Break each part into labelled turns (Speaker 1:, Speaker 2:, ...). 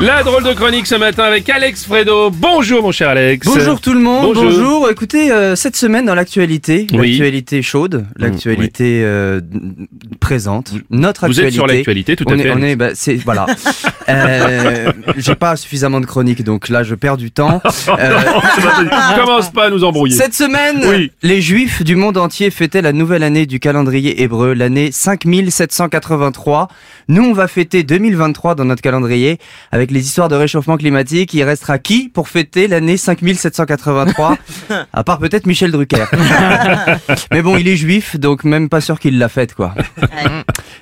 Speaker 1: La drôle de chronique ce matin avec Alex Fredo. Bonjour mon cher Alex.
Speaker 2: Bonjour tout le monde,
Speaker 1: Bonjour.
Speaker 2: bonjour. Écoutez, euh, cette semaine dans l'actualité,
Speaker 1: Oui. Mmh,
Speaker 2: l'actualité chaude, l'actualité euh, présente, notre
Speaker 1: Vous
Speaker 2: actualité.
Speaker 1: êtes sur l'actualité, tout à
Speaker 2: on
Speaker 1: fait,
Speaker 2: Est, on
Speaker 1: Alex.
Speaker 2: est, bah, c'est, voilà. Euh, j'ai pas suffisamment de chroniques, donc là je perds du temps. Euh,
Speaker 1: Commence pas à nous embrouiller.
Speaker 2: cette semaine,
Speaker 1: Oui.
Speaker 2: les juifs du monde entier fêtaient la nouvelle année du calendrier hébreu, l'année 5783. Nous, on va fêter 2023 dans notre calendrier. Avec les histoires de réchauffement climatique, il restera qui pour fêter l'année 5783 À part peut-être Michel Drucker. Mais bon, il est juif, donc même pas sûr qu'il l'a faite, quoi.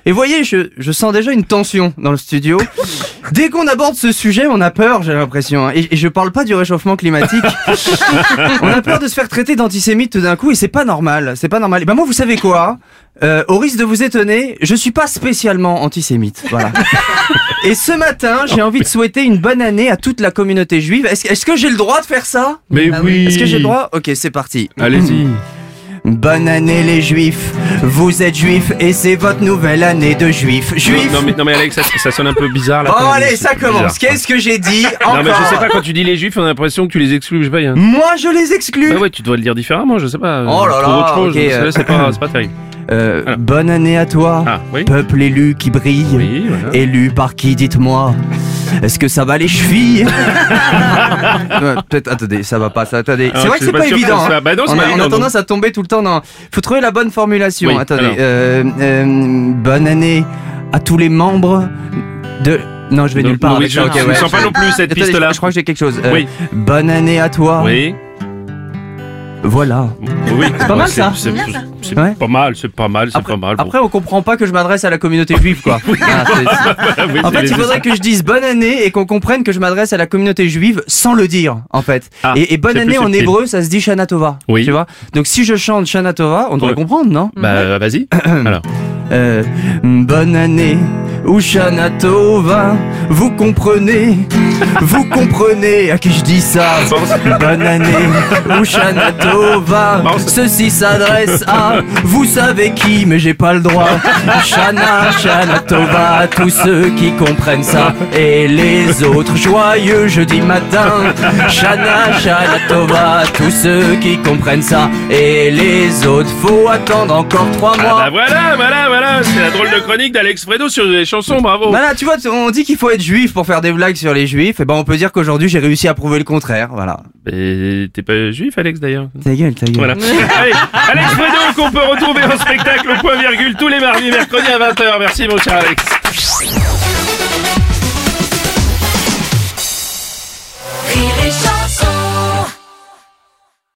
Speaker 2: Et voyez, je, je sens déjà une tension dans le studio. Dès qu'on aborde ce sujet, on a peur, j'ai l'impression. hein. Et, et je parle pas du réchauffement climatique. on a peur de se faire traiter d'antisémite tout d'un coup, et c'est pas normal. C'est pas normal. Et ben moi, vous savez quoi Euh, Au risque de vous étonner, je suis pas spécialement antisémite. Voilà. Et ce matin, j'ai envie de souhaiter une bonne année à toute la communauté juive. Est-ce est-ce que j'ai le droit de faire ça Bah
Speaker 1: Mais oui.
Speaker 2: Est-ce que j'ai le droit Ok, c'est parti.
Speaker 1: Allez-y.
Speaker 2: Bonne année les juifs, vous êtes juifs et c'est votre nouvelle année de juifs. Juifs
Speaker 1: Non mais, non mais Alex, ça, ça sonne un peu bizarre là.
Speaker 2: Oh
Speaker 1: quand même.
Speaker 2: allez, ça
Speaker 1: C'est
Speaker 2: commence,
Speaker 1: bizarre.
Speaker 2: qu'est-ce que j'ai dit
Speaker 1: Non mais je
Speaker 2: Encore.
Speaker 1: sais pas quand tu dis les juifs, on a l'impression que tu les exclus, je sais pas. il y a un-
Speaker 2: Moi je les exclus
Speaker 1: Bah ouais, tu dois le dire différemment, je sais pas.
Speaker 2: Oh
Speaker 1: Trouve
Speaker 2: là là,
Speaker 1: autre chose,
Speaker 2: ok,
Speaker 1: parce que là, c'est pas, c'est pas terrible.
Speaker 2: Euh,
Speaker 1: Alors.
Speaker 2: Bonne année à toi,
Speaker 1: Ah oui.
Speaker 2: peuple élu qui brille.
Speaker 1: Oui, voilà.
Speaker 2: Élu par qui, dites-moi Est-ce que ça va les chevilles Ouais, Peut-être, attendez, ça va pas, ça, attendez.
Speaker 1: Ah,
Speaker 2: c'est vrai
Speaker 1: je suis
Speaker 2: que c'est
Speaker 1: pas
Speaker 2: pas,
Speaker 1: sûr que
Speaker 2: évident.
Speaker 1: ce soit-
Speaker 2: hein.
Speaker 1: Bah non, c'est
Speaker 2: on,
Speaker 1: pas
Speaker 2: a, on
Speaker 1: évident,
Speaker 2: a
Speaker 1: non.
Speaker 2: tendance à tomber tout le temps dans. Faut trouver la bonne formulation.
Speaker 1: Oui,
Speaker 2: attendez.
Speaker 1: alors.
Speaker 2: euh, euh, bonne année à tous les membres de. Non, je vais
Speaker 1: Non,
Speaker 2: nulle part.
Speaker 1: non, oui,
Speaker 2: avec
Speaker 1: je ne
Speaker 2: ça, ok, ouais.
Speaker 1: sens pas non plus cette
Speaker 2: Attendez,
Speaker 1: piste là.
Speaker 2: Je, je crois que j'ai quelque chose. Euh,
Speaker 1: Oui.
Speaker 2: Bonne année à toi.
Speaker 1: Oui.
Speaker 2: Voilà.
Speaker 1: Oui. C'est
Speaker 2: pas mal, ça.
Speaker 1: C'est c'est
Speaker 2: Ouais.
Speaker 1: pas mal, c'est pas mal, c'est pas mal. bon.
Speaker 2: Après, on comprend pas que je m'adresse à la communauté juive, quoi. Ah, c'est-
Speaker 1: Ah oui,
Speaker 2: En
Speaker 1: c'est
Speaker 2: fait, il
Speaker 1: les-
Speaker 2: faudrait que je dise bonne année et qu'on comprenne que je m'adresse à la communauté juive sans le dire, en fait.
Speaker 1: Ah,
Speaker 2: et, et bonne
Speaker 1: c'est plus
Speaker 2: année en
Speaker 1: subtil.
Speaker 2: hébreu, ça se dit Shana Tova.
Speaker 1: Oui.
Speaker 2: Tu vois Donc si je chante Shana Tova, on devrait
Speaker 1: Ouais.
Speaker 2: comprendre, non
Speaker 1: Bah euh, vas-y. Alors.
Speaker 2: Euh, Bonne année ou Shana Tova, vous comprenez Vous comprenez à qui je dis ça Bonne année ou Shana Tova,
Speaker 1: Bon, c'est-
Speaker 2: ceci s'adresse à vous savez qui, mais j'ai pas le droit. Shana, Shana Tova, à tous ceux qui comprennent ça et les autres joyeux jeudi matin. Shana, Shana Tova, à tous ceux qui comprennent ça et les autres faut attendre encore trois mois.
Speaker 1: Ah bah voilà, voilà, voilà, c'est la drôle de chronique d'Alex Fredo sur les chansons, bravo.
Speaker 2: Voilà, tu vois, on dit qu'il faut être juif pour faire des blagues sur les juifs. Et ben, on peut dire qu'aujourd'hui, j'ai réussi à prouver le contraire. Voilà.
Speaker 1: Mais T'es pas juif, Alex, d'ailleurs
Speaker 2: Ta gueule, ta gueule.
Speaker 1: Voilà. Allez, Alex Fredo, qu'on peut retrouver en spectacle au point virgule tous les mardis et mercredis à 20h. Merci, mon cher Alex.